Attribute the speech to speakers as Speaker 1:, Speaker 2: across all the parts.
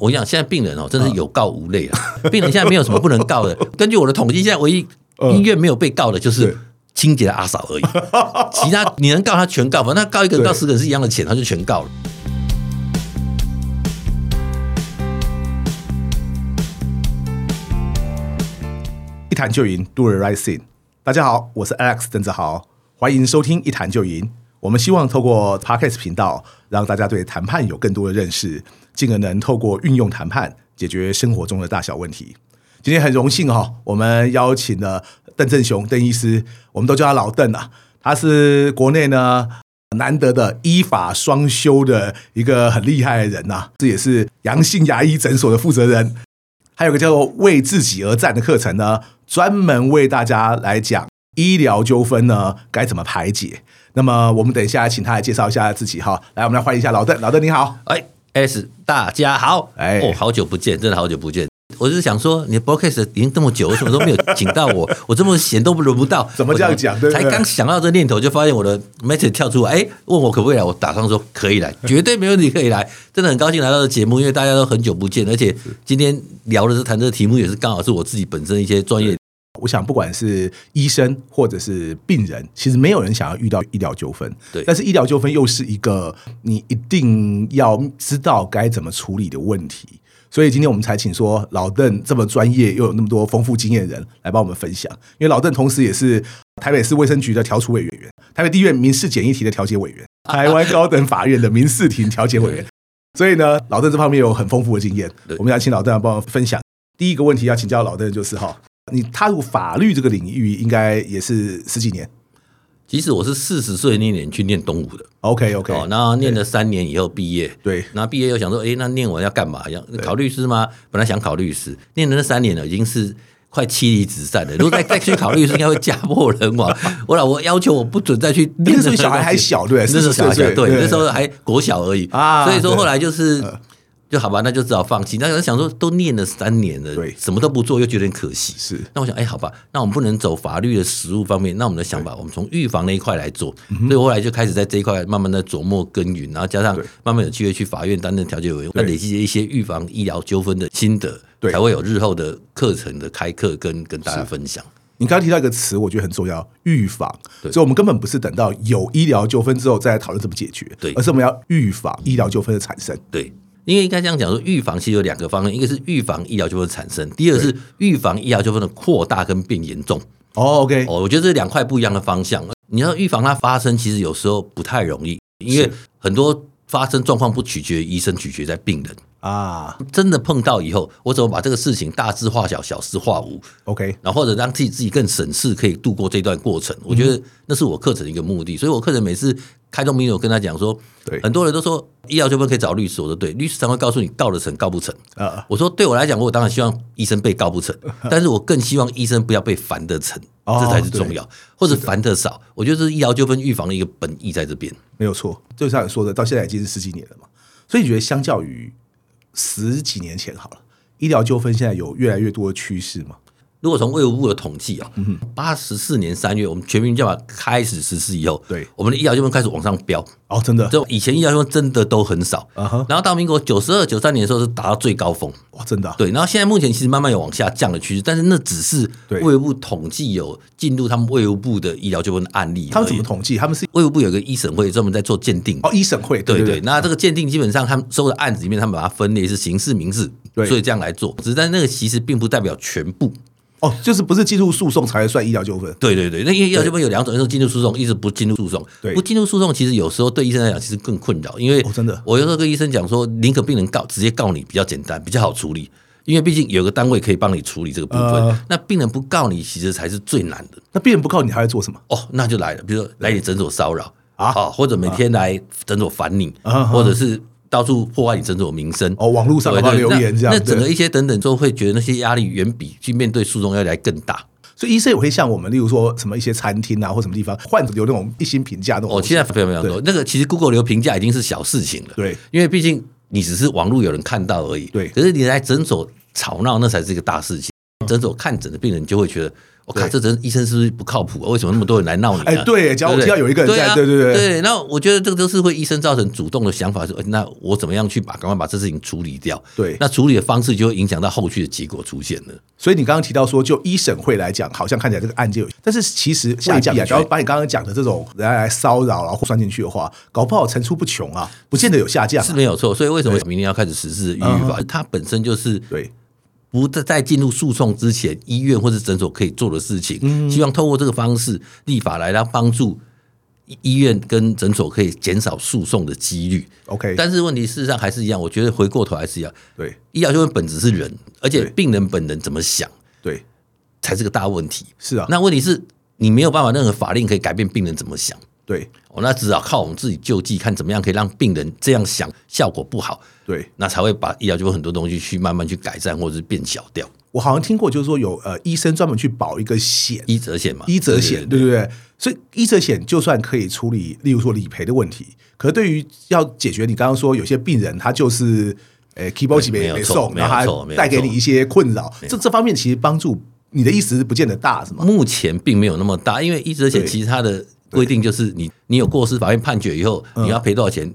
Speaker 1: 我跟你讲，现在病人哦，真是有告无类啊！ 病人现在没有什么不能告 的。根据我的统计，现在唯一
Speaker 2: 嗯
Speaker 1: 医院没有被告的就是
Speaker 2: 对
Speaker 1: 清洁的阿嫂而已，其他你能告他全告，反正他告一个人
Speaker 2: 对
Speaker 1: 告十个人是一样的钱，他就全告了。
Speaker 2: 一谈就赢，Do the right thing。大家好，我是 Alex 邓志豪，欢迎收听一谈就赢。我们希望透过 Podcast 频道，让大家对谈判有更多的认识，进而能透过运用谈判解决生活中的大小问题。今天很荣幸哦，我们邀请了邓正雄邓医师，我们都叫他老邓啊。他是国内呢难得的医法双修的一个很厉害的人呐、啊这也是阳性牙医诊所的负责人。还有个叫做“为自己而战”的课程呢，专门为大家来讲医疗纠纷呢该怎么排解。那么我们等一下请他来介绍一下自己哈，来我们来欢迎一下老邓，老邓你好，
Speaker 1: 哎，S，大家好，
Speaker 2: 哎
Speaker 1: 哦，好久不见，真的好久不见。我是想说，你的 podcast 已经这么久，为什么都没有请到 我？我这么闲都轮不到，
Speaker 2: 怎么这样讲
Speaker 1: 我
Speaker 2: 对不
Speaker 1: 才
Speaker 2: 对
Speaker 1: 刚想到这念头，就发现我的 message 跳出来，哎，问我可不可以来？我打算说可以来，绝对没问题，可以来。真的很高兴来到这节目，因为大家都很久不见，而且今天聊的这谈这个题目也是刚好是我自己本身一些专业
Speaker 2: 我想，不管是医生或者是病人，其实没有人想要遇到医疗纠纷。
Speaker 1: 对
Speaker 2: 但是医疗纠纷又是一个你一定要知道该怎么处理的问题。所以今天我们才请说老邓这么专业又有那么多丰富经验的人来帮我们分享，因为老邓同时也是台北市卫生局的调处委员、台北地院民事简易庭的调解委员、台湾高等法院的民事庭调解委员。所以呢，老邓这方面有很丰富的经验
Speaker 1: 对，
Speaker 2: 我们要请老邓来帮我们分享。第一个问题要请教老邓就是哈，你踏入法律这个领域应该也是十几年
Speaker 1: 其实我是四十岁那年去念东吴的，
Speaker 2: ，OK OK，、
Speaker 1: 哦，那念了三年以后毕业，
Speaker 2: 对
Speaker 1: 然后毕业又想说，诶，那念完要干嘛？要考律师吗？本来想考律师，念了那三年了，已经是快妻离子散了。如果再再去考律师，应该会家破人亡。 我老婆要求我不准再去念
Speaker 2: 那
Speaker 1: 了。
Speaker 2: 时候小孩还小对
Speaker 1: 那时候小孩
Speaker 2: 14岁
Speaker 1: 小，对，
Speaker 2: 对
Speaker 1: 那时候还国小而已
Speaker 2: 啊
Speaker 1: 所以说后来就是
Speaker 2: 对。嗯
Speaker 1: 就好吧，那就只好放弃。那时候想说，都念了三年了，
Speaker 2: 对
Speaker 1: 什么都不做，又觉得很可惜。
Speaker 2: 是
Speaker 1: 那我想，哎、好吧，那我们不能走法律的实务方面，那我们的想法，我们从预防那一块来做。
Speaker 2: 嗯
Speaker 1: 所以我后来就开始在这一块慢慢的琢磨耕耘，然后加上
Speaker 2: 对
Speaker 1: 慢慢有机会去法院担任调解委员，那
Speaker 2: 对
Speaker 1: 累积一些预防医疗纠纷的心得，
Speaker 2: 对
Speaker 1: 才会有日后的课程的开课跟跟大家分享。
Speaker 2: 你刚刚提到一个词，我觉得很重要，预防。
Speaker 1: 对
Speaker 2: 所以我们根本不是等到有医疗纠纷之后再来讨论怎么解决，
Speaker 1: 对
Speaker 2: 而是我们要预防医疗纠纷的产生。
Speaker 1: 对，因为应该这样讲说，预防其实有两个方面，一个是预防医疗纠纷的产生，第二个是预防医疗纠纷的扩大跟变严重。
Speaker 2: 哦，OK，
Speaker 1: 哦，我觉得这两块不一样的方向。你要预防它发生，其实有时候不太容易，因为
Speaker 2: 是
Speaker 1: 很多发生状况不取决于医生，取决在病人。
Speaker 2: 啊
Speaker 1: 真的碰到以后，我怎么把这个事情大事化小，小事化无，
Speaker 2: ，OK，
Speaker 1: 然后或者让自己自己更省事，可以度过这段过程。我觉
Speaker 2: 嗯
Speaker 1: 得那是我课程的一个目的，所以我课程每次开宗明义，我跟他讲说，
Speaker 2: 对
Speaker 1: 很多人都说医疗纠纷可以找律师，我说对，律师常会告诉你告得成告不成。
Speaker 2: 呃，
Speaker 1: 我说对我来讲，我当然希望医生被告不 成，但是我更希望医生不要被烦得成，
Speaker 2: 哦
Speaker 1: 这才是重要，或者烦得少。我觉得这是医疗纠纷预防的一个本意在这边。
Speaker 2: 没有错，就像你说的，到现在已经是十几年了嘛。所以你觉得，相较于十几年前好了，医疗纠纷现在有越来越多的趋势吗？
Speaker 1: 如果从卫务部的统计
Speaker 2: 嗯
Speaker 1: 啊，八十四年三月我们全民健保开始实施以后，
Speaker 2: 对
Speaker 1: 我们的医疗纠纷开始往上飙，
Speaker 2: 哦，真的，
Speaker 1: 这以前医疗纠纷真的都很少。
Speaker 2: 啊哈，
Speaker 1: 然后到民国九十二、九三年的时候是达到最高峰，
Speaker 2: 哇，真的啊、
Speaker 1: 对。然后现在目前其实慢慢有往下降的趋势，但是那只是
Speaker 2: 对
Speaker 1: 卫务部统计有进入他们卫务部的医疗纠纷的案例而已。
Speaker 2: 他们怎么统计？他们是
Speaker 1: 卫务部有个医审会专门在做鉴定，
Speaker 2: 哦，医审会，
Speaker 1: 对
Speaker 2: 对
Speaker 1: 对，
Speaker 2: 对，
Speaker 1: 那这个鉴定基本上他们收的案子里面，他们把它分类是刑事、民事，
Speaker 2: 对
Speaker 1: 所以这样来做。只是但那个其实并不代表全部。
Speaker 2: 哦，就是不是进入诉讼才算医疗纠纷
Speaker 1: 对对对，那因为要这边有两种，一种进入诉讼，一种不进入诉讼。
Speaker 2: 对
Speaker 1: 不进入诉讼，其实有时候对医生来讲其实更困扰，因为
Speaker 2: 哦真的
Speaker 1: 我有时候跟医生讲说，宁可病人告，直接告你比较简单，比较好处理，因为毕竟有个单位可以帮你处理这个部分。
Speaker 2: 呃
Speaker 1: 那病人不告你，其实才是最难的。
Speaker 2: 那病人不告你，还会做什么？
Speaker 1: 哦，那就来了，比如说来你诊所骚扰
Speaker 2: 啊
Speaker 1: 好，或者每天来诊所烦你，
Speaker 2: 啊
Speaker 1: 或者是到处破坏你诊所名声。
Speaker 2: 哦，网络上
Speaker 1: 对
Speaker 2: 的话
Speaker 1: 对
Speaker 2: 留言这样，
Speaker 1: 那那整个
Speaker 2: 对
Speaker 1: 一些等等，都会觉得那些压力远比去面对诉讼要来更大。
Speaker 2: 所以医生也会像我们，例如说什么一些餐厅啊，或什么地方，患者有那种一星评价那种
Speaker 1: 哦，
Speaker 2: 东西。
Speaker 1: 现在非常非常多，那个其实 Google 留评价已经是小事情了，
Speaker 2: 对，
Speaker 1: 因为毕竟你只是网络有人看到而已，
Speaker 2: 对嗯
Speaker 1: 可是你来诊所吵闹，那才是一个大事情。诊所看诊的病人就会觉得，我靠，这诊医生是不是不靠谱啊？为什么那么多人来闹你啊？
Speaker 2: 哎对只要
Speaker 1: 不对
Speaker 2: 只要有一个人在
Speaker 1: 对
Speaker 2: 对
Speaker 1: 啊
Speaker 2: 对对
Speaker 1: 对。那我觉得这个就是会医生造成主动的想法是，哎那我怎么样去把赶快把这事情处理掉？
Speaker 2: 对
Speaker 1: 那处理的方式就会影响到后续的结果出现了。
Speaker 2: 所以你刚刚提到说，就一审会来讲，好像看起来这个案件有，但是其实未必
Speaker 1: 下
Speaker 2: 啊。
Speaker 1: 降
Speaker 2: 然后把你刚刚讲的这种人家来骚扰啊，或算进去的话，搞不好层出不穷啊，不见得有下降啊、嗯
Speaker 1: 是没有错，所以为什么明年要开始实施预预法？它本身就是
Speaker 2: 对，
Speaker 1: 不在在进入诉讼之前，医院或是诊所可以做的事情，
Speaker 2: 嗯
Speaker 1: 希望透过这个方式立法来让帮助医医院跟诊所可以减少诉讼的几率。
Speaker 2: OK
Speaker 1: 但是问题事实上还是一样，我觉得回过头还是一样，
Speaker 2: 对
Speaker 1: 医疗纠纷本质是人，而且
Speaker 2: 对
Speaker 1: 病人本人怎么想
Speaker 2: 对，
Speaker 1: 才是个大问题。
Speaker 2: 是啊，
Speaker 1: 那问题是你没有办法任何法令可以改变病人怎么想。
Speaker 2: 对
Speaker 1: 哦，那只好靠我们自己救济，看怎么样可以让病人这样想，效果不好，
Speaker 2: 对。
Speaker 1: 那才会把医疗纠纷很多东西去慢慢去改善，或者是变小掉。
Speaker 2: 我好像听过，就是说有呃医生专门去保一个险，
Speaker 1: 医责险嘛，
Speaker 2: 医责险，
Speaker 1: 啊对
Speaker 2: 对不对？所以医责险就算可以处理，例如说理赔的问题，可是对于要解决你刚刚说有些病人他就是呃 k e y b o a r d
Speaker 1: 没
Speaker 2: 没
Speaker 1: 有
Speaker 2: 没
Speaker 1: 错
Speaker 2: 送，
Speaker 1: 没有
Speaker 2: 然后
Speaker 1: 错
Speaker 2: 还
Speaker 1: 没有
Speaker 2: 带给
Speaker 1: 错
Speaker 2: 你一些困扰，这这方面其实帮助你的意思是不见得大，是吗？
Speaker 1: 目前并没有那么大，因为医责险
Speaker 2: 对
Speaker 1: 其实它的规定就是你你有过失，法院判决以后你要赔多少钱，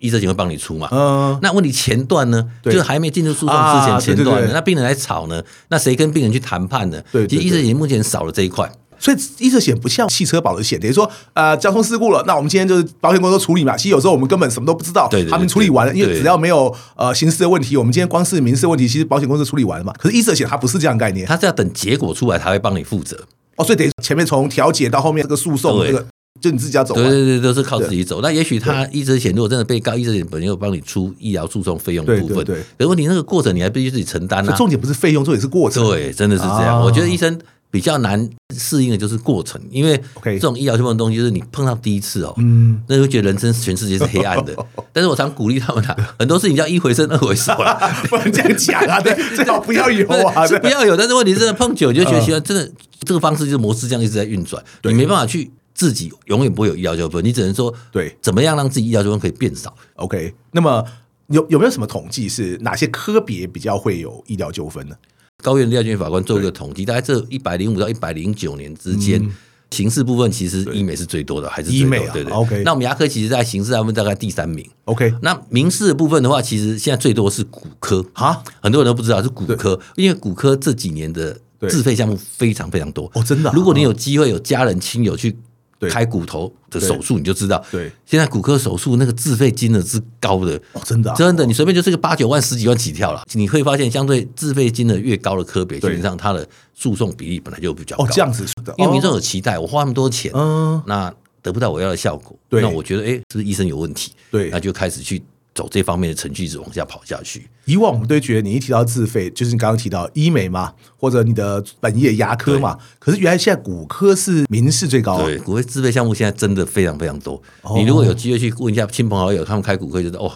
Speaker 1: 医责险会帮你出嘛。
Speaker 2: 嗯，
Speaker 1: 那问题前段呢，
Speaker 2: 对
Speaker 1: 就是还没进入诉讼之
Speaker 2: 啊
Speaker 1: 前前段
Speaker 2: 对对
Speaker 1: 呢
Speaker 2: 对，
Speaker 1: 那病人来吵呢，那谁跟病人去谈判呢？
Speaker 2: 对对
Speaker 1: 其实医
Speaker 2: 对
Speaker 1: 责险目前少了这一块。
Speaker 2: 所以医责险不像汽车保的险，等于说呃交通事故了，那我们今天就是保险公司处理嘛。其实有时候我们根本什么都不知道，
Speaker 1: 对对对
Speaker 2: 他们处理完了，因为
Speaker 1: 对
Speaker 2: 只要没有呃刑事的问题，我们今天光是民事问题，其实保险公司处理完了嘛。可是医责险它不是这样概念
Speaker 1: 他是要等结果出来才会帮你负责，
Speaker 2: 哦，所以等于前面从调解到后面这个诉讼，
Speaker 1: 对
Speaker 2: 这个就你自己要走啊完
Speaker 1: 对。对对，都是靠自己走。那也许他医责险如果真的被告，医责险本身有帮你出医疗诉讼费用的部分，
Speaker 2: 对对对
Speaker 1: 可是问题那个过程你还必须自己承担
Speaker 2: 所
Speaker 1: 啊
Speaker 2: 以。重点不是费用，重点是过程。
Speaker 1: 对，真的是这样。
Speaker 2: 啊
Speaker 1: 我觉得医生比较难适应的就是过程，因为
Speaker 2: OK
Speaker 1: 这种医疗纠纷的东西，就是你碰到第一次哦，
Speaker 2: 嗯，
Speaker 1: 那就会觉得人生全世界是黑暗 的。但是我常鼓励他们啊，很多事情叫一回生二回熟 啦，
Speaker 2: 不能这样讲啊，对，最好不要有
Speaker 1: 不是
Speaker 2: 啊，
Speaker 1: 是
Speaker 2: 对
Speaker 1: 不要有。但是问题真的碰久，你就
Speaker 2: 嗯
Speaker 1: 觉得习惯，真的这个方式就是模式这样一直在运转，你没办法去自己永远不会有医疗纠纷，你只能说
Speaker 2: 对
Speaker 1: 怎么样让自己医疗纠纷可以变少。
Speaker 2: OK，那么有有没有什么统计是哪些科别比较会有医疗纠纷呢？
Speaker 1: 高院廖俊法官做一个统计，大概这一百零五到一百零九年之间。刑事部分其实医美是最多的，还是最
Speaker 2: 嗯医
Speaker 1: 多
Speaker 2: 美啊
Speaker 1: 对对
Speaker 2: OK
Speaker 1: 那我们牙科其实在刑事部分大概第三名。
Speaker 2: OK，
Speaker 1: 那民事的部分的话，其实现在最多是骨科
Speaker 2: 啊，
Speaker 1: 很多人都不知道是骨科，因为骨科这几年的
Speaker 2: 对
Speaker 1: 自费项目非常非常多。
Speaker 2: 哦真的啊
Speaker 1: 如果你有机会有家人亲友去
Speaker 2: 对
Speaker 1: 开骨头的手术，你就知道，
Speaker 2: 对
Speaker 1: 现在骨科手术那个自费金额是高的。
Speaker 2: 哦，真的、啊，
Speaker 1: 真的，你随便就是个八九万、十几万起跳了，你会发现，相对自费金额越高的科别，基
Speaker 2: 对
Speaker 1: 本上它的诉讼比例本来就比较高。
Speaker 2: 哦，这样子的，
Speaker 1: 因为民
Speaker 2: 哦
Speaker 1: 众有期待，我花那么多钱，
Speaker 2: 嗯
Speaker 1: 那得不到我要的效果，
Speaker 2: 对
Speaker 1: 那我觉得，哎、是不是医生有问题？
Speaker 2: 对
Speaker 1: 那就开始去走这方面的程序，一直往下跑下去。
Speaker 2: 以往我们都会觉得你一提到自费，就是你刚刚提到医美嘛，或者你的本业牙科嘛，可是原来现在骨科是民事最高、啊，
Speaker 1: 对，骨灰自费项目现在真的非常非常多。
Speaker 2: 哦
Speaker 1: 你如果有机会去问一下亲朋好友，他们开骨科，觉得哦，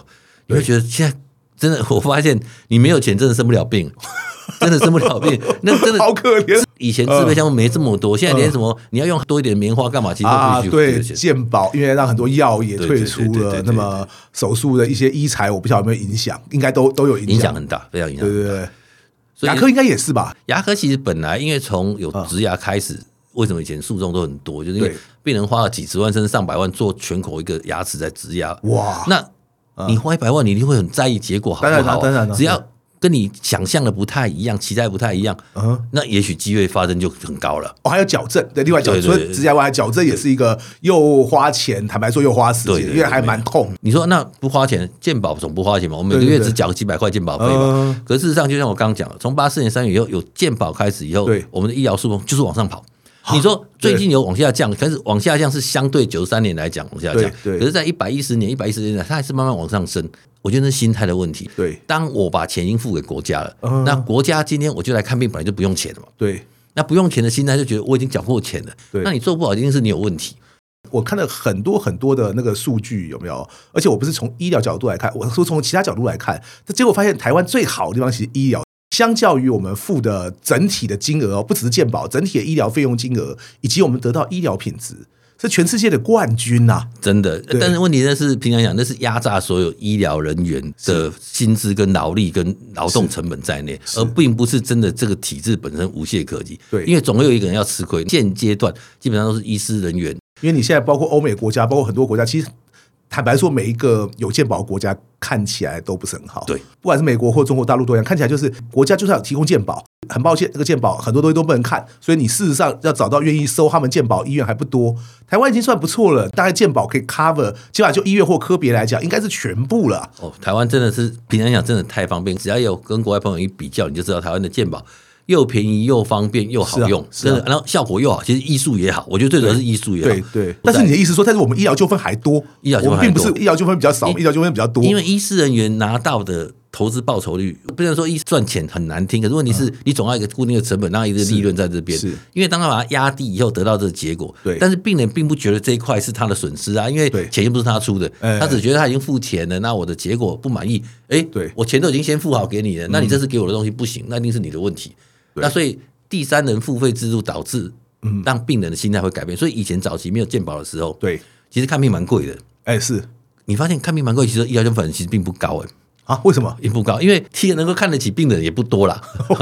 Speaker 1: 你会觉得现在真的，我发现你没有钱真的生不了 病，真的生不了病，那真的
Speaker 2: 好可怜
Speaker 1: 以前自费项目没这么多，现在连什么你要用多一点棉花干嘛，其实都
Speaker 2: 嗯啊！
Speaker 1: 必须有
Speaker 2: 对，
Speaker 1: 这些钱。
Speaker 2: 健保因为让很多药也
Speaker 1: 对
Speaker 2: 退出
Speaker 1: 对对对对
Speaker 2: 了，
Speaker 1: 对
Speaker 2: 那么手术的一些医材，我不晓得有没有影响，应该都都有影
Speaker 1: 影
Speaker 2: 响
Speaker 1: 响，很大，非常影响
Speaker 2: 对。对对。
Speaker 1: 所以
Speaker 2: 牙科应该也是吧？
Speaker 1: 牙科其实本来因为从有植牙开始，为什么以前诉讼都很多，就是因为
Speaker 2: 对
Speaker 1: 病人花了几十万甚至上百万做全口一个牙齿在植牙。
Speaker 2: 哇，啊
Speaker 1: 那你花一百万，你一定会很在意结果好不好啊？
Speaker 2: 当然啦当然啦
Speaker 1: 只要跟你想象的不太一样，期待不太一样，
Speaker 2: 嗯，
Speaker 1: 那也许机会发生就很高了。
Speaker 2: 哦，还有矫正，对，另外矫正，
Speaker 1: 对对
Speaker 2: 所
Speaker 1: 对
Speaker 2: 以指甲外矫正也是一个又花钱，坦白说又花时
Speaker 1: 对对
Speaker 2: 间，
Speaker 1: 对
Speaker 2: 因为还蛮痛。
Speaker 1: 你说那不花钱，健保总不花钱嘛？我每个
Speaker 2: 对对
Speaker 1: 月
Speaker 2: 对
Speaker 1: 只缴几百块健保费嘛。
Speaker 2: 嗯
Speaker 1: 可事实上，就像我刚刚讲的，从八四年三月以后有健保开始以后
Speaker 2: 对，
Speaker 1: 我们的医疗诉讼就是往上跑。你说最近有往下降，可是往下降是相对九三年来讲往下降，
Speaker 2: 对对
Speaker 1: 可是，在一百一十年、一百一十年来，它还是慢慢往上升。我觉得那是心态的问题。
Speaker 2: 对
Speaker 1: 当我把钱已经付给国家了，
Speaker 2: 嗯
Speaker 1: 那国家今天我就来看病，本来就不用钱了嘛。
Speaker 2: 对
Speaker 1: 那不用钱的心态就觉得我已经缴过钱了，
Speaker 2: 对
Speaker 1: 那你做不好一定是你有问题。
Speaker 2: 我看了很多很多的那个数据，有没有？而且我不是从医疗角度来看，我说从其他角度来看，这结果发现台湾最好的地方其实医疗。相较于我们付的整体的金额哦，不只是健保，整体的医疗费用金额，以及我们得到医疗品质，是全世界的冠军啊呐、
Speaker 1: 真的
Speaker 2: 对，
Speaker 1: 但是问题那是平常讲，那是压榨所有医疗人员的薪资、跟劳力、跟劳动成本在内，而并不是真的这个体制本身无懈可击。
Speaker 2: 对
Speaker 1: 因为总有一个人要吃亏。现阶段基本上都是医师人员，
Speaker 2: 因为你现在包括欧美国家，包括很多国家，其实坦白说，每一个有健保的国家看起来都不是很好。
Speaker 1: 对，
Speaker 2: 不管是美国或中国大陆都一样，看起来就是国家就是要提供健保。很抱歉，这个健保很多东西都不能看，所以你事实上要找到愿意收他们健保医院还不多。台湾已经算不错了，大概健保可以 cover，起码就医院或科别来讲，应该是全部了。
Speaker 1: 哦，台湾真的是平常讲真的太方便，只要有跟国外朋友一比较，你就知道台湾的健保又便宜又方便又好用，
Speaker 2: 是啊是啊
Speaker 1: 真的，然后效果又好，其实医术也好，我觉得最主要是医术也好，
Speaker 2: 对对，但是你的意思说，但是我们医疗纠纷还多，
Speaker 1: 医疗纠
Speaker 2: 我
Speaker 1: 纷
Speaker 2: 们
Speaker 1: 还
Speaker 2: 并
Speaker 1: 多
Speaker 2: 不是医疗纠纷比较少，医疗纠纷比较多，
Speaker 1: 因为医师人员拿到的投资报酬率，不能说医赚钱很难听，可是问题是你总要有一个固定的成本，然后一个利润在这边
Speaker 2: 嗯是。
Speaker 1: 因为当他把它压低以后得到这个结果，
Speaker 2: 对
Speaker 1: 但是病人并不觉得这一块是他的损失啊，因为
Speaker 2: 对
Speaker 1: 钱又不是他出的
Speaker 2: 哎，
Speaker 1: 他只觉得他已经付钱了，那我的结果不满意，哎，
Speaker 2: 对嗯
Speaker 1: 我钱都已经先付好给你了，那你这次给我的东西不行，那一定是你的问题。那所以第三人付费制度导致。让病人的心态会改变，所以以前早期没有健保的时候，
Speaker 2: 嗯对，
Speaker 1: 其实看病蛮贵的。
Speaker 2: 哎是
Speaker 1: 你发现看病蛮贵，其实医疗成本其实并不高、哎，
Speaker 2: 啊，为什么？
Speaker 1: 也不高，因为第一个能够看得起病的人也不多啦。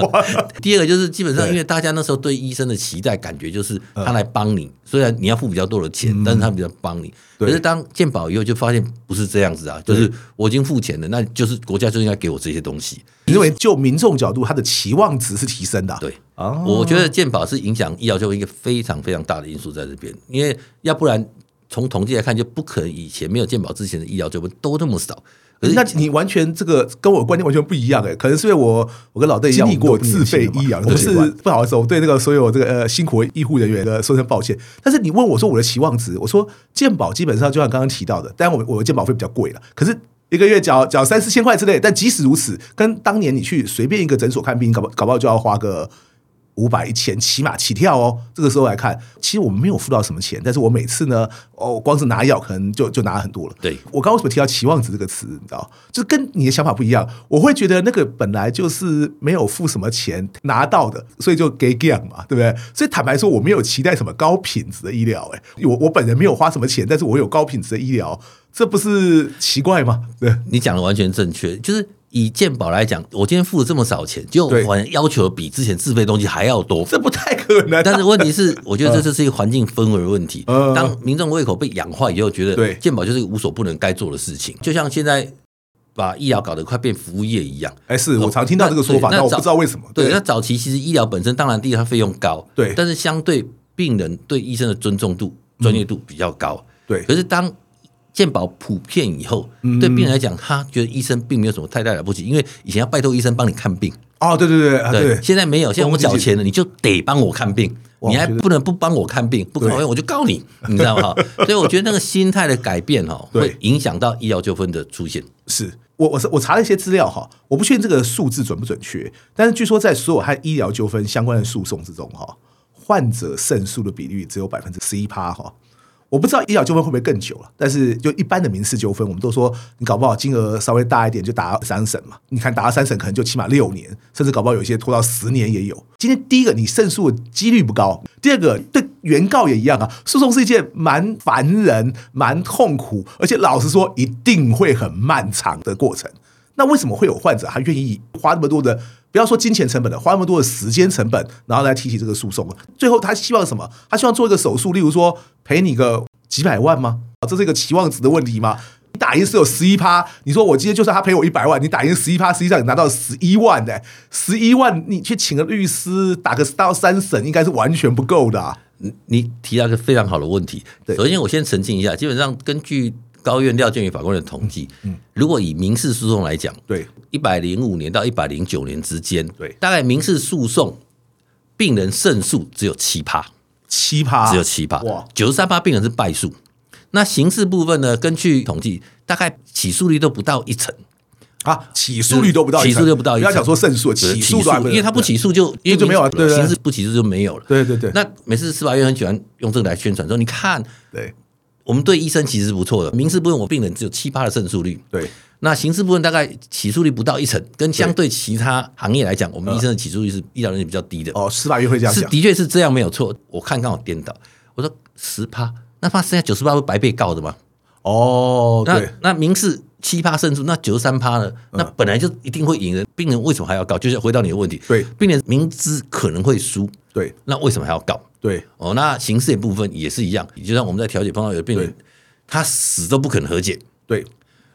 Speaker 1: 第二个就是基本上，
Speaker 2: 对嗯
Speaker 1: 因为大家那时候对医生的期待感觉就是他来帮你，虽然你要付比较多的钱，但是他比较帮你。
Speaker 2: 对
Speaker 1: 可是当健保以后，就发现不是这样子啊，就是我已经付钱了，那就是国家就应该给我这些东西。
Speaker 2: 你认为就民众角度，他的期望值是提升的、啊？
Speaker 1: 对，
Speaker 2: 啊，
Speaker 1: 我觉得健保是影响医疗就一个非常非常大的因素在这边，因为要不然从统计来看，就不可能以前没有健保之前的医疗纠纷都那么少。可是
Speaker 2: 那你完全这个跟我观念完全不一样哎、可能是因为我我跟老邓一样
Speaker 3: 经历过
Speaker 2: 我们都自费医疗，
Speaker 3: 我
Speaker 2: 我
Speaker 3: 们
Speaker 2: 不
Speaker 3: 习
Speaker 2: 是
Speaker 3: 惯
Speaker 2: 不好意思，我对那个所有这个呃辛苦的医护人员的说声抱歉。但是你问我说我的期望值，我说健保基本上就像刚刚提到的，当然我们我的健保费比较贵了，可是。一个月缴缴三四千块之类，但即使如此，跟当年你去随便一个诊所看病，搞不搞不好就要花个五百一千起码起跳哦。这个时候来看，其实我们没有付到什么钱，但是我每次呢，哦，光是拿药可能就就拿很多了。
Speaker 1: 对
Speaker 2: 我刚刚为什么提到期望值这个词，你知道，就跟你的想法不一样。我会觉得那个本来就是没有付什么钱拿到的，所以就给 g a 嘛，对不对？所以坦白说，我没有期待什么高品质的医疗、欸，我我本人没有花什么钱，但是我有高品质的医疗，这不是奇怪吗？对。
Speaker 1: 你讲的完全正确，就是以健保来讲，我今天付了这么少钱，就
Speaker 2: 对
Speaker 1: 我好像要求比之前自费东西还要 多。
Speaker 2: 这不太可能啊、
Speaker 1: 但是问题是，我觉
Speaker 2: 嗯
Speaker 1: 得这就是一个环境氛围的问题。
Speaker 2: 呃
Speaker 1: 当民众胃口被养坏以后，觉得
Speaker 2: 对
Speaker 1: 健保就是一个无所不能该做的事情，就像现在把医疗搞得快变服务业一样。
Speaker 2: 哎，是我常听到这个说法，
Speaker 1: 对
Speaker 2: 但我
Speaker 1: 早
Speaker 2: 不知道为什么。
Speaker 1: 对，那早期其实医疗本身，当然第一它费用高，
Speaker 2: 对
Speaker 1: 但是相对病人对医生的尊重度、专业度比较高，
Speaker 2: 对
Speaker 1: 可是当健保普遍以后，
Speaker 2: 嗯
Speaker 1: 对病人来讲，他觉得医生并没有什么太大了不起，因为以前要拜托医生帮你看病，
Speaker 2: 哦，对对对啊，对，
Speaker 1: 现在没有，现在我
Speaker 2: 经济
Speaker 1: 缴钱了，你就得帮我看病，
Speaker 2: 哇
Speaker 1: 你还
Speaker 2: 我觉得
Speaker 1: 不能不帮我看病，不看
Speaker 2: 对
Speaker 1: 病我就告你， 你知道吗？所以我觉得那个心态的改变哈，
Speaker 2: 对
Speaker 1: 会影响到医疗纠纷的出现。
Speaker 2: 是我我是我查了一些资料哈，我不确定这个数字准不准确，但是据说在所有和医疗纠纷相关的诉讼之中哈，患者胜诉的比率只有百分之十一趴哈。我不知道医疗纠纷会不会更久了，但是就一般的民事纠纷，我们都说你搞不好金额稍微大一点就打到三审嘛。你看打到三审可能就起码六年，甚至搞不好有一些拖到十年也有。今天第一个你胜诉的几率不高，第二个对原告也一样啊。诉讼是一件蛮烦人、蛮痛苦，而且老实说一定会很漫长的过程。那为什么会有患者他愿意花那么多的，不要说金钱成本了，花那么多的时间成本，然后来提起这个诉讼？最后他希望什么？他希望做一个手术，例如说赔你个几百万吗？啊这是一个期望值的问题吗？你打赢是有十一趴，你说我今天就算他赔我一百万，你打赢十一趴，实际上你拿到十一万呢、十一万你去请个律师打个到三审，应该是完全不够的啊、
Speaker 1: 你你提到一个非常好的问题
Speaker 2: 对。
Speaker 1: 首先，我先澄清一下，基本上根据高院廖建宇法官的统计，
Speaker 2: 嗯
Speaker 1: 如果以民事诉讼来讲，
Speaker 2: 对，
Speaker 1: 一百零五年到一百零九年之间，
Speaker 2: 对
Speaker 1: 大概民事诉讼病人胜诉只有七趴，
Speaker 2: 七趴
Speaker 1: 只有七趴
Speaker 2: 啊哇，，
Speaker 1: 九十三趴病人是败诉。那刑事部分呢？根据统计，大概起诉率都不到一成，
Speaker 2: 啊，起诉率都不到一成，
Speaker 1: 起诉率不到一
Speaker 2: 不要
Speaker 1: 成
Speaker 2: 讲说胜诉，起诉都还不
Speaker 1: 因为他不起诉就因为
Speaker 2: 就没有啊
Speaker 1: 民事
Speaker 2: 对对对
Speaker 1: 刑事不起诉就没有了。
Speaker 2: 对对对
Speaker 1: 那每次司法院很喜欢用这个来宣传，说你看
Speaker 2: 对
Speaker 1: 我们对医生其实是不
Speaker 2: 嗯
Speaker 1: 错的，民事部分我病人只有七八的胜诉率，
Speaker 2: 对
Speaker 1: 那刑事部分大概起诉率不到一成，跟相对其他行业来讲，我
Speaker 2: 嗯
Speaker 1: 们医生的起诉率是医疗人员比较低的，
Speaker 2: 哦，司法院会这样
Speaker 1: 是
Speaker 2: 讲。
Speaker 1: 的确是这样没有错。我看刚好颠倒，我说十趴，那怕剩下九十八会白被告的嘛？
Speaker 2: 哦，
Speaker 1: 那
Speaker 2: 对，嗯
Speaker 1: 那民事七趴胜诉，那九十三趴呢？那本来就一定会赢的，病人为什么还要告？就是回到你的问题，
Speaker 2: 对
Speaker 1: 病人明知可能会输，
Speaker 2: 对，
Speaker 1: 那为什么还要告？
Speaker 2: 对，
Speaker 1: 哦，那刑事的部分也是一样，就像我们在调解碰到有的病人
Speaker 2: 对，
Speaker 1: 他死都不肯和解，
Speaker 2: 对，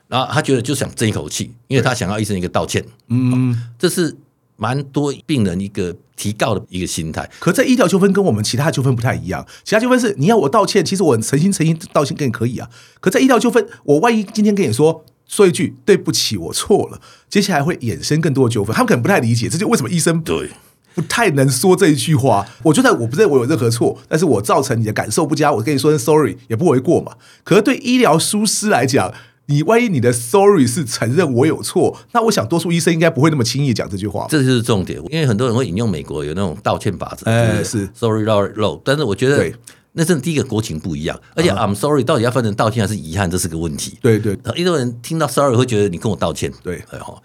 Speaker 1: 然后他觉得就想争一口气，因为他想要医生一个道歉，哦
Speaker 2: 嗯。
Speaker 1: 这是蛮多病人一个提告的一个心态。
Speaker 2: 可在医疗纠纷跟我们其他纠纷不太一样，其他纠纷是你要我道歉，其实我很诚心诚意道歉跟你可以啊。可在医疗纠纷，我万一今天跟你说说一句对不起，我错了，接下来会衍生更多的纠纷，他们可能不太理解，这就为什么医生
Speaker 1: 对，
Speaker 2: 不太能说这一句话。我觉得我不认为我有任何错，但是我造成你的感受不佳，我跟你说声 sorry 也不为过嘛。可是对医疗疏失来讲，你万一你的 sorry 是承认我有错，那我想多数医生应该不会那么轻易讲这句话。
Speaker 1: 这就是重点，因为很多人会引用美国有那种道歉法则，
Speaker 2: 哎
Speaker 1: 就是 sorry low low，但是我觉得
Speaker 2: 对啊
Speaker 1: 那真的第一个国情不一样，而且 I'm sorry 到底要分成道歉还是遗憾，这是个问题。
Speaker 2: 对对
Speaker 1: 很多人听到 sorry 会觉得你跟我道歉，
Speaker 2: 对
Speaker 1: 哎吼。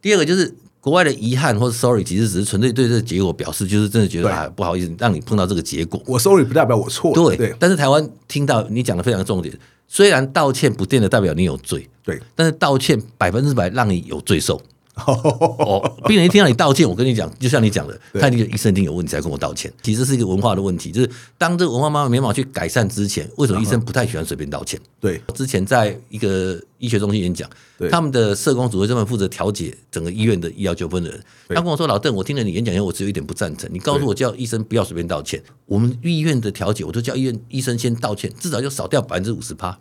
Speaker 1: 第二个就是国外的遗憾或者 sorry，其实只是纯粹对这个结果表示，就是真的觉得
Speaker 2: 对
Speaker 1: 啊不好意思让你碰到这个结果。
Speaker 2: 我 sorry 不代表我错了。
Speaker 1: 对，
Speaker 2: 对
Speaker 1: 但是台湾听到你讲的非常重点，虽然道歉不见得代表你有罪，
Speaker 2: 对，
Speaker 1: 但是道歉百分之百让你有罪受。哦，病人一听到你道歉，我跟你讲，就像你讲的，
Speaker 2: 对
Speaker 1: 他一定医生一定有问题才跟我道歉。其实是一个文化的问题，就是当这个文化慢慢没办法去改善之前，为什么医生不太喜欢随便道歉？
Speaker 2: 对
Speaker 1: 我之前在一个医学中心演讲
Speaker 2: 对，
Speaker 1: 他们的社工组会专门负责调解整个医院的医疗纠纷的人。他跟我说：“老邓，我听了你演讲以后，我只有一点不赞成。你告诉我叫医生不要随便道歉。我们医院的调解，我都叫医院医生先道歉，至少就少掉百分之五十趴，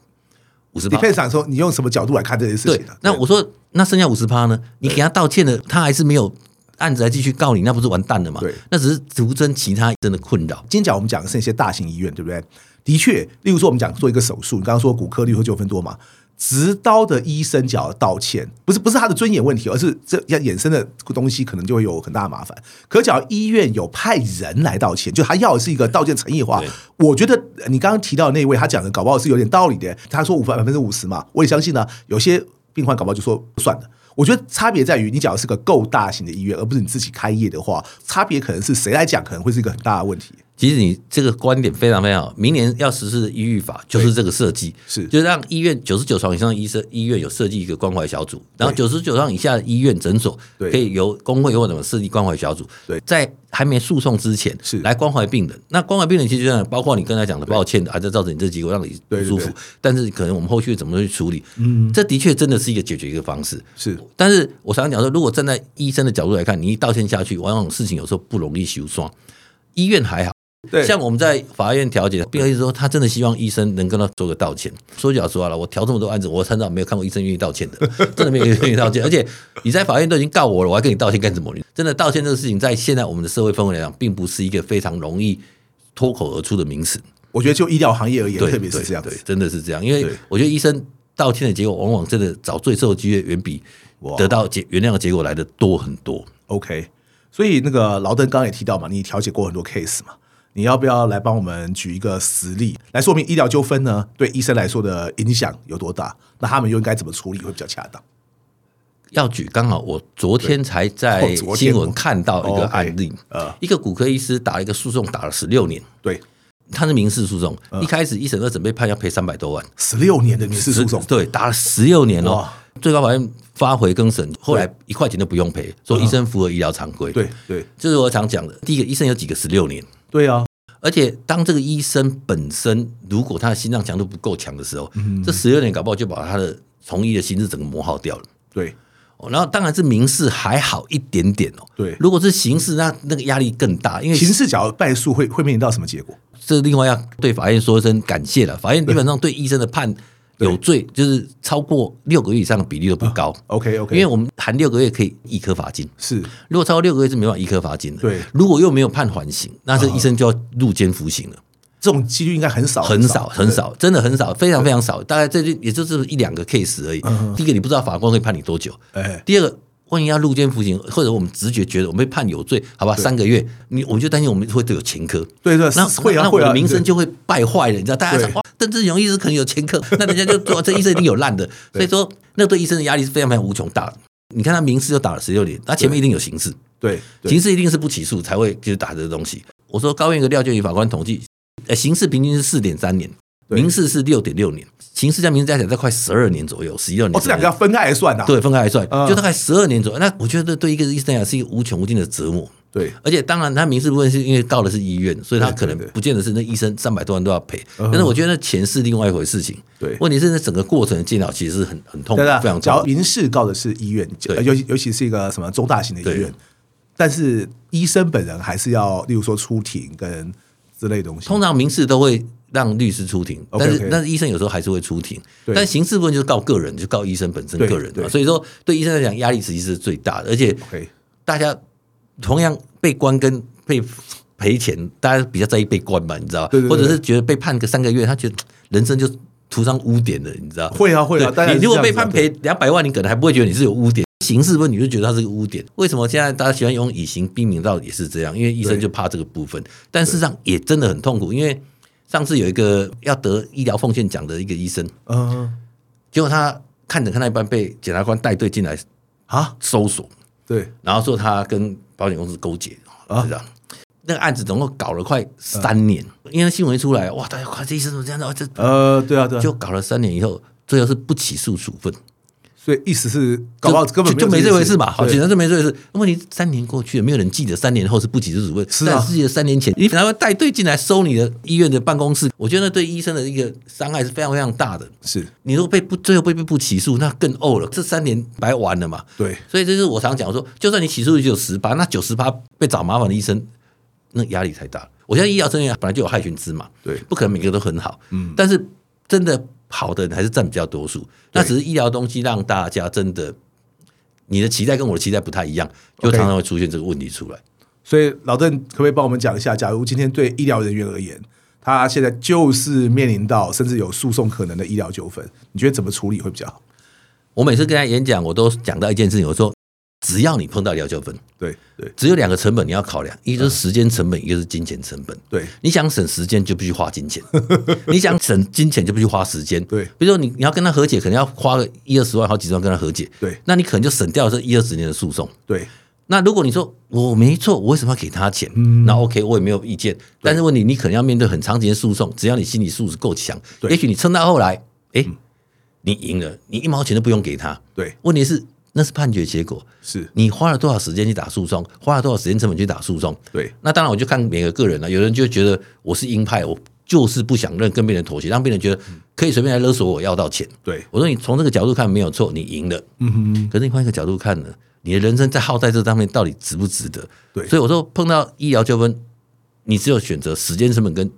Speaker 1: 五十
Speaker 2: 你
Speaker 1: 趴。
Speaker 2: 配想说你用什么角度来看这件事
Speaker 1: 对
Speaker 2: 情呢？，
Speaker 1: 那
Speaker 2: 对
Speaker 1: 我说那剩下五十趴呢？你给他道歉了，他还是没有案子来继续告你，那不是完蛋了嘛？
Speaker 2: 对
Speaker 1: 那只是徒增其他真的困扰。
Speaker 2: 今天讲我们讲的是一些大型医院，对不对？的确，例如说我们讲做一个手术，你刚刚说骨科率和纠纷多嘛，执刀的医生只要道歉，不是不是他的尊严问题，而是这要衍生的东西可能就会有很大的麻烦。可只要医院有派人来道歉，就他要的是一个道歉诚意化
Speaker 1: 对，
Speaker 2: 我觉得呃你刚刚提到的那位，他讲的搞不好是有点道理的。他说五百分之五十嘛，我也相信呢、有些病患搞不好就说算了。我觉得差别在于，你讲的是个够大型的医院，而不是你自己开业的话，差别可能是谁来讲，可能会是一个很大的问题。
Speaker 1: 其实你这个观点非常非常好。明年要实施的医育法就是这个设计，
Speaker 2: 是
Speaker 1: 就是让医院九十九床以上的医生医院有设计一个关怀小组，然后九十九床以下的医院诊所
Speaker 2: 对
Speaker 1: 可以由工会或者什么设计关怀小组，
Speaker 2: 对
Speaker 1: 在还没诉讼之前
Speaker 2: 是
Speaker 1: 来关怀病人。那关怀病人其实就是包括你刚才讲的抱歉的，还在造成你这结果让你不
Speaker 2: 对对
Speaker 1: 舒服
Speaker 2: 对，
Speaker 1: 但是可能我们后续怎么去处理，嗯，这的确真的是一个解决一个方式。
Speaker 2: 是
Speaker 1: 但是我常常讲说，如果站在医生的角度来看，你一道歉下去，往往事情有时候不容易修双。医院还好，
Speaker 2: 对，
Speaker 1: 像我们在法院调解，病人一直说他真的希望医生能跟他做个道歉。说句老实话了，我调这么多案子，我很少没有看过医生愿意道歉的， 真的没有人愿意道歉。而且你在法院都已经告我了，我还跟你道歉干什么？真的道歉这个事情，在现在我们的社会氛围来讲，并不是一个非常容易脱口而出的名词。
Speaker 2: 我觉得就医疗行业而言，
Speaker 1: 对，
Speaker 2: 特别是
Speaker 1: 对
Speaker 2: 这样子
Speaker 1: 对，真的是这样。因为
Speaker 2: 对
Speaker 1: 我觉得医生道歉的结果，往往真的找罪受的机会远比
Speaker 2: 哇
Speaker 1: 得到结原谅的结果来的多很多。
Speaker 2: OK，所以那个劳登刚刚也提到嘛，你调解过很多 case 嘛，你要不要来帮我们举一个实例来说明医疗纠纷呢对医生来说的影响有多大？那他们又应该怎么处理会比较恰当？
Speaker 1: 要举，刚好我昨天才在
Speaker 2: 哦昨天
Speaker 1: 新
Speaker 2: 吗
Speaker 1: 闻看到一个
Speaker 2: 哦，OK，
Speaker 1: 案例，
Speaker 2: 呃，
Speaker 1: 一个骨科医师打了一个诉讼，打了十六年，
Speaker 2: 对，
Speaker 1: 他是民事诉讼，
Speaker 2: 嗯
Speaker 1: 一开始一审二审被判要赔三百多万，
Speaker 2: 十六年的民事诉讼
Speaker 1: 十，对，打了十六年哦
Speaker 2: 哇。嗯
Speaker 1: 最高法院发回更审，后来一块钱都不用赔，说医生符合医疗常规。
Speaker 2: 对，对
Speaker 1: 就是我常讲的，第一个医生有几个十六年，
Speaker 2: 对啊，
Speaker 1: 而且当这个医生本身如果他的心脏强度不够强的时候，
Speaker 2: 嗯
Speaker 1: 这十六年搞不好就把他的从医的心智整个磨耗掉了。
Speaker 2: 对
Speaker 1: 哦，然后当然是民事还好一点点哦，
Speaker 2: 对
Speaker 1: 如果是刑事，那那个压力更大，因为
Speaker 2: 刑事假如败诉会会面临到什么结果？
Speaker 1: 这另外要对法院说一声感谢了。法院基本上对医生的判有罪，就是超过六个月以上的比例都不高，
Speaker 2: 啊？OK
Speaker 1: 因为
Speaker 2: OK，
Speaker 1: 我们含六个月可以一颗罚金，
Speaker 2: 是
Speaker 1: 如果超过六个月是没办法一颗罚金的。
Speaker 2: 对啊
Speaker 1: 如果又没有判缓刑，那这医生就要入监服刑了。
Speaker 2: 这种几率应该很少，
Speaker 1: 很少很。少，真的很少，非常非常少，大概这就也就是一两个 case 而已。
Speaker 2: 嗯
Speaker 1: 第一个你不知道法官会判你多久，
Speaker 2: 哎，
Speaker 1: 第二个万一要入监服刑，或者我们直觉觉得我们被判有罪，好吧，三个月，你我们就担心我们会有前科。
Speaker 2: 对对，
Speaker 1: 那
Speaker 2: 会
Speaker 1: 那
Speaker 2: 啊
Speaker 1: 那
Speaker 2: 会
Speaker 1: 我
Speaker 2: 啊，
Speaker 1: 的名声
Speaker 2: 对
Speaker 1: 就会败坏了，你知道？大家想
Speaker 2: 对
Speaker 1: 哇，邓志勇医师可能有前科，那人家 就说这医生一定有烂的，所以说那对医生的压力是非常非常无穷大的。你看他民事就打了十六年，他前面一定有刑事，
Speaker 2: 对对
Speaker 1: 刑事一定是不起诉才会就是打这个东西。我说高院一个廖俊宇法官统计，呃，刑事平均是四点三年，
Speaker 2: 对
Speaker 1: 民事是六点六年，刑事加民事加起来大概快十二年左右，十一二年。
Speaker 2: 哦，这两个要分开来算的、啊。
Speaker 1: 对分开来算，
Speaker 2: 嗯
Speaker 1: 就大概十二年左右。那我觉得对一个医生来讲是一个无穷无尽的折磨。
Speaker 2: 对
Speaker 1: 而且当然，他民事部分是因为告的是医院，所以他
Speaker 2: 对对
Speaker 1: 可能
Speaker 2: 对嗯
Speaker 1: 不见得是那医生三百多万都要赔。但是我觉得那钱是另外一回事情。
Speaker 2: 对
Speaker 1: 问题是那整个过程的煎熬其实是很很痛苦，
Speaker 2: 对啊
Speaker 1: 非常
Speaker 2: 只
Speaker 1: 痛
Speaker 2: 要
Speaker 1: 苦。
Speaker 2: 民事告的是医院，
Speaker 1: 对
Speaker 2: 呃尤其尤其是一个什么中大型的医院
Speaker 1: 对，
Speaker 2: 但是医生本人还是要，例如说出庭跟之类的东西。
Speaker 1: 通常民事都会让律师出庭，
Speaker 2: OK，
Speaker 1: 但
Speaker 2: OK
Speaker 1: 是但是医生有时候还是会出庭。
Speaker 2: 对
Speaker 1: 但刑事部分就是告个人，就告医生本身
Speaker 2: 对
Speaker 1: 个人
Speaker 2: 对
Speaker 1: 嘛。所以说，对医生来讲压力其实是最大的，而且
Speaker 2: OK，
Speaker 1: 大家同样被关跟被赔钱，大家比较在意被关吧，你知道吧？
Speaker 2: 对对对
Speaker 1: 或者是觉得被判个三个月，他觉得嘖人生就涂上污点了，你知道？
Speaker 2: 会啊会啊
Speaker 1: 对
Speaker 2: 当然是
Speaker 1: 你如果
Speaker 2: 这
Speaker 1: 被
Speaker 2: 样子啊
Speaker 1: 判赔两百万，你可能还不会觉得你是有污点。刑事问你就觉得他是个污点，为什么现在大家喜欢用以刑逼民道也是这样？因为医生
Speaker 2: 对
Speaker 1: 就怕这个部分，但事实上也真的很痛苦。因为上次有一个要得医疗奉献奖的一个医生，
Speaker 2: 嗯
Speaker 1: 结果他看着看到一半被检察官带队进来
Speaker 2: 啊，
Speaker 1: 搜索，
Speaker 2: 对，
Speaker 1: 然后说他跟保险公司勾结，
Speaker 2: 啊
Speaker 1: 啊、这样。那个案子总共搞了快三年，
Speaker 2: 嗯
Speaker 1: 因为新闻一出来，哇，大家快这医生怎么这样子哇？这
Speaker 2: 呃，对啊对啊，
Speaker 1: 就搞了三年以后，最后是不起诉处分，
Speaker 2: 所以意思是搞不好
Speaker 1: 就
Speaker 2: 根本
Speaker 1: 就就没
Speaker 2: 有
Speaker 1: 这回事嘛，好，
Speaker 2: 对
Speaker 1: 简单就没这回事。问题三年过去了，没有人记得三年后是不起诉处分，
Speaker 2: 是啊
Speaker 1: 但是记得三年前，你然后带队进来搜你的医院的办公室，我觉得那对医生的一个伤害是非常非常大的。
Speaker 2: 是，
Speaker 1: 你如果被不最后被被不起诉，那更呕了，这三年白玩了嘛。
Speaker 2: 对，
Speaker 1: 所以这就是我常讲说，就算你起诉率只有十八，那九十八被找麻烦的医生，那压力太大了。我现在医疗人员本来就有害群之马，
Speaker 2: 对
Speaker 1: 不可能每个都很好，嗯，但是真的好的人还是占比较多数。那只是医疗东西让大家真的，你的期待跟我的期待不太一样，就
Speaker 2: OK
Speaker 1: 常常会出现这个问题出来。
Speaker 2: 所以老邓可不可以帮我们讲一下，假如今天对医疗人员而言，他现在就是面临到甚至有诉讼可能的医疗纠纷，你觉得怎么处理会比较好？
Speaker 1: 我每次跟他演讲，我都讲到一件事情，我说只要你碰到医疗纠纷，
Speaker 2: 对对
Speaker 1: 只有两个成本你要考量，一个就是时间成本，一个是金钱成本。
Speaker 2: 对
Speaker 1: 你想省时间就必须花金 钱，你想省金钱就必须花时间。
Speaker 2: 对
Speaker 1: 比如说你你要跟他和解，可能要花个一二十万、好几十万跟他和解，
Speaker 2: 对
Speaker 1: 那你可能就省掉了这一二十年的诉讼。
Speaker 2: 对
Speaker 1: 那如果你说我没错，我为什么要给他钱？
Speaker 2: 嗯
Speaker 1: 那 OK，我也没有意见。但是问题，你可能要面对很长时间诉讼，只要你心理素质够强，
Speaker 2: 对嗯
Speaker 1: 也许你撑到后来，诶，你赢了，你一毛钱都不用给他。
Speaker 2: 对，
Speaker 1: 问题是那是判决结果，
Speaker 2: 是，
Speaker 1: 你花了多少时间去打诉讼，花了多少时间成本去打诉讼？
Speaker 2: 对
Speaker 1: 那当然，我就看每个个人了。有人就觉得我是鹰派，我就是不想认跟别人妥协，让别人觉得可以随便来勒索我要到钱。
Speaker 2: 对
Speaker 1: 我说你从这个角度看没有错，你赢了。嗯哼。可是你换一个角度看呢，你的人生在耗在这上面到底值不值得？
Speaker 2: 对
Speaker 1: 所以我说碰到医疗纠纷，你只有选择时间成本跟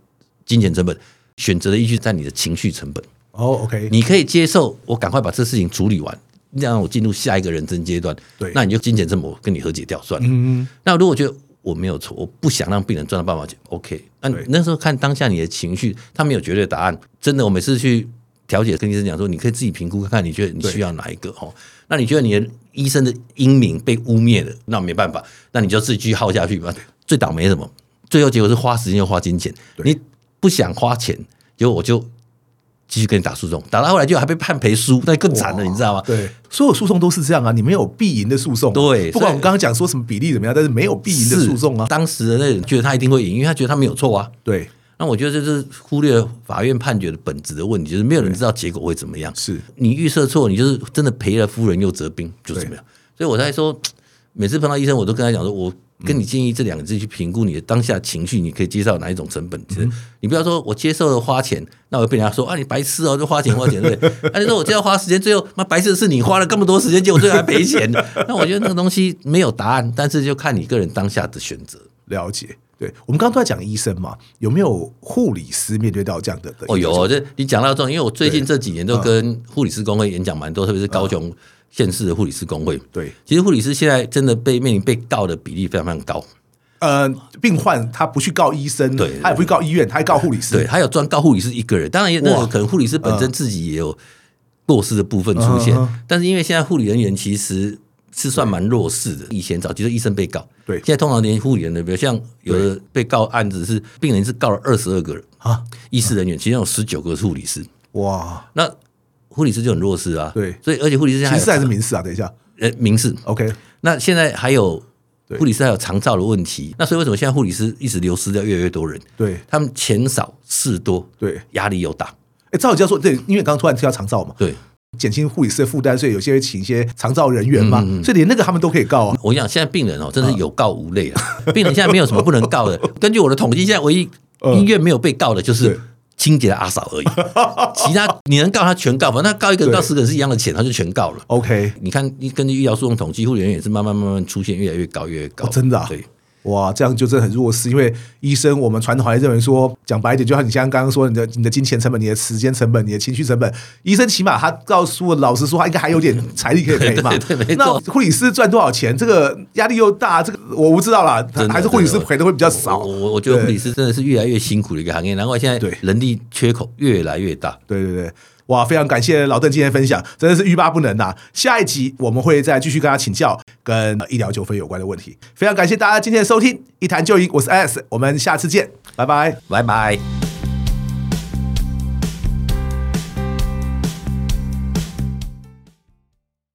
Speaker 1: 金钱成本，选择的依据在你的情绪成本。
Speaker 2: 哦，OK，
Speaker 1: 你可以接受我赶快把这事情处理完，让我进入下一个人生阶段。
Speaker 2: 对
Speaker 1: 那你就金钱成本我跟你和解掉算了。
Speaker 2: 嗯，
Speaker 1: 那如果觉得我没有错，我不想让病人赚到半毛钱，OK。那你
Speaker 2: 对
Speaker 1: 那时候看当下你的情绪，他没有绝对的答案。真的，我每次去调解，跟医生讲说，你可以自己评估看看，你觉得你需要哪一个哦。那你觉得你的医生的英明被污蔑了，那没办法，那你就自己继续耗下去吧。最倒霉是什么？最后结果是花时间又花金钱，
Speaker 2: 对
Speaker 1: 你不想花钱，结果我就继续跟你打诉讼，打到后来就还被判赔输，那更惨了，你知道吗？
Speaker 2: 对，所有诉讼都是这样啊，你没有必赢的诉讼啊、
Speaker 1: 对
Speaker 2: 不
Speaker 1: 所
Speaker 2: 管
Speaker 1: 以
Speaker 2: 我们刚刚讲说什么比例怎么样，但是没有必赢的
Speaker 1: 是
Speaker 2: 诉讼啊，
Speaker 1: 当时的那人觉得他一定会赢，因为他觉得他没有错啊。
Speaker 2: 对，
Speaker 1: 那我觉得这是忽略法院判决的本质的问题，就是没有人知道结果会怎么样。
Speaker 2: 是
Speaker 1: 你预设错，你就是真的赔了夫人又折兵，就是怎么样。所以我才说，每次碰到医生，我都跟他讲说，我跟你建议这两个字去评估你的当下情绪，你可以接受哪一种成本。其实你不要说我接受了花钱，那我被人家说啊你白痴哦，就花钱花钱对不对？ 啊那你说我就要花时间，最后妈白痴的是你花了这么多时间，结果最后还赔钱。 那我觉得那个东西没有答案，但是就看你个人当下的选择。
Speaker 2: 了解。对我们刚刚都在讲医生嘛，有没有护理师面对到这样的？的
Speaker 1: 哦，有哦，这你讲到这种，因为我最近这几年都
Speaker 2: 嗯
Speaker 1: 跟护理师工会演讲蛮多，特别是高雄县市的护理师工会。
Speaker 2: 对，
Speaker 1: 其实护理师现在真的被面临被告的比例非常非常高，
Speaker 2: 呃，病患他不去告医生，
Speaker 1: 对对
Speaker 2: 他也不去告医院，他还告护理师，
Speaker 1: 对，还有专告护理师一个人，当然也那
Speaker 2: 哇嗯
Speaker 1: 个可能护理师本身自己也有过失的部分出现
Speaker 2: 嗯嗯，
Speaker 1: 但是因为现在护理人员其实是算蛮弱势的，以前早期的医生被告，
Speaker 2: 对
Speaker 1: 现在通常连护理人员，比如像有的被告案子是病人是告了二十二个人
Speaker 2: 啊，
Speaker 1: 医师人员，其中有十九个是护理师，
Speaker 2: 哇，
Speaker 1: 那护理师就很弱势啊，
Speaker 2: 对
Speaker 1: 所以而且护理师现在
Speaker 2: 刑
Speaker 1: 有
Speaker 2: 事还是民事啊？等一下
Speaker 1: 呃民事。
Speaker 2: ，OK，
Speaker 1: 那现在还有
Speaker 2: 对
Speaker 1: 护理师还有长照的问题，那所以为什么现在护理师一直流失掉越来越多人？
Speaker 2: 对
Speaker 1: 他们钱少事多，
Speaker 2: 对
Speaker 1: 压力又大，
Speaker 2: 哎，照理教说，对，因为刚刚突然提到长照嘛，
Speaker 1: 对，
Speaker 2: 减轻护理师的负担，所以有些会请一些长照人员嘛，
Speaker 1: 嗯
Speaker 2: 所以连那个他们都可以告啊。
Speaker 1: 我跟你讲，现在病人哦，真的是有告无类啊。病人现在没有什么不能告 的。根据我的统计，现在唯一
Speaker 2: 嗯
Speaker 1: 医院没有被告的就是
Speaker 2: 对
Speaker 1: 清洁的阿 嫂而已，其他你能告他全告，反正他告一个人
Speaker 2: 对
Speaker 1: 到十个人是一样的钱，他就全告了。
Speaker 2: OK，
Speaker 1: 你看，根据医疗诉讼统计，护理人员也是慢慢慢慢出现越来越高，越来越高。
Speaker 2: 哦真的啊
Speaker 1: 对，
Speaker 2: 哇，这样就真的很弱势，因为医生我们传统还认为说，讲白一点，就像你像刚刚说，你的你的金钱成本、你的时间成本、你的情绪成本，医生起码他告诉我，老实说，他应该还有点财力可以赔嘛。
Speaker 1: 对对对没
Speaker 2: 那
Speaker 1: 错
Speaker 2: 护理师赚多少钱？这个压力又大，这个我不知道啦，
Speaker 1: 真的
Speaker 2: 还是护理师赔的会比较少
Speaker 1: 我。我我觉得
Speaker 2: 对
Speaker 1: 护理师真的是越来越辛苦的一个行业，难怪现
Speaker 2: 对
Speaker 1: 在人力缺口越来越大。
Speaker 2: 对对对，哇，非常感谢老邓今天的分享，真的是欲罢不能呐、下一集我们会再继续跟他请教跟呃医疗纠纷有关的问题。非常感谢大家今天的收听，一谈就赢，我是 S，我们下次见，拜拜。
Speaker 1: 拜拜。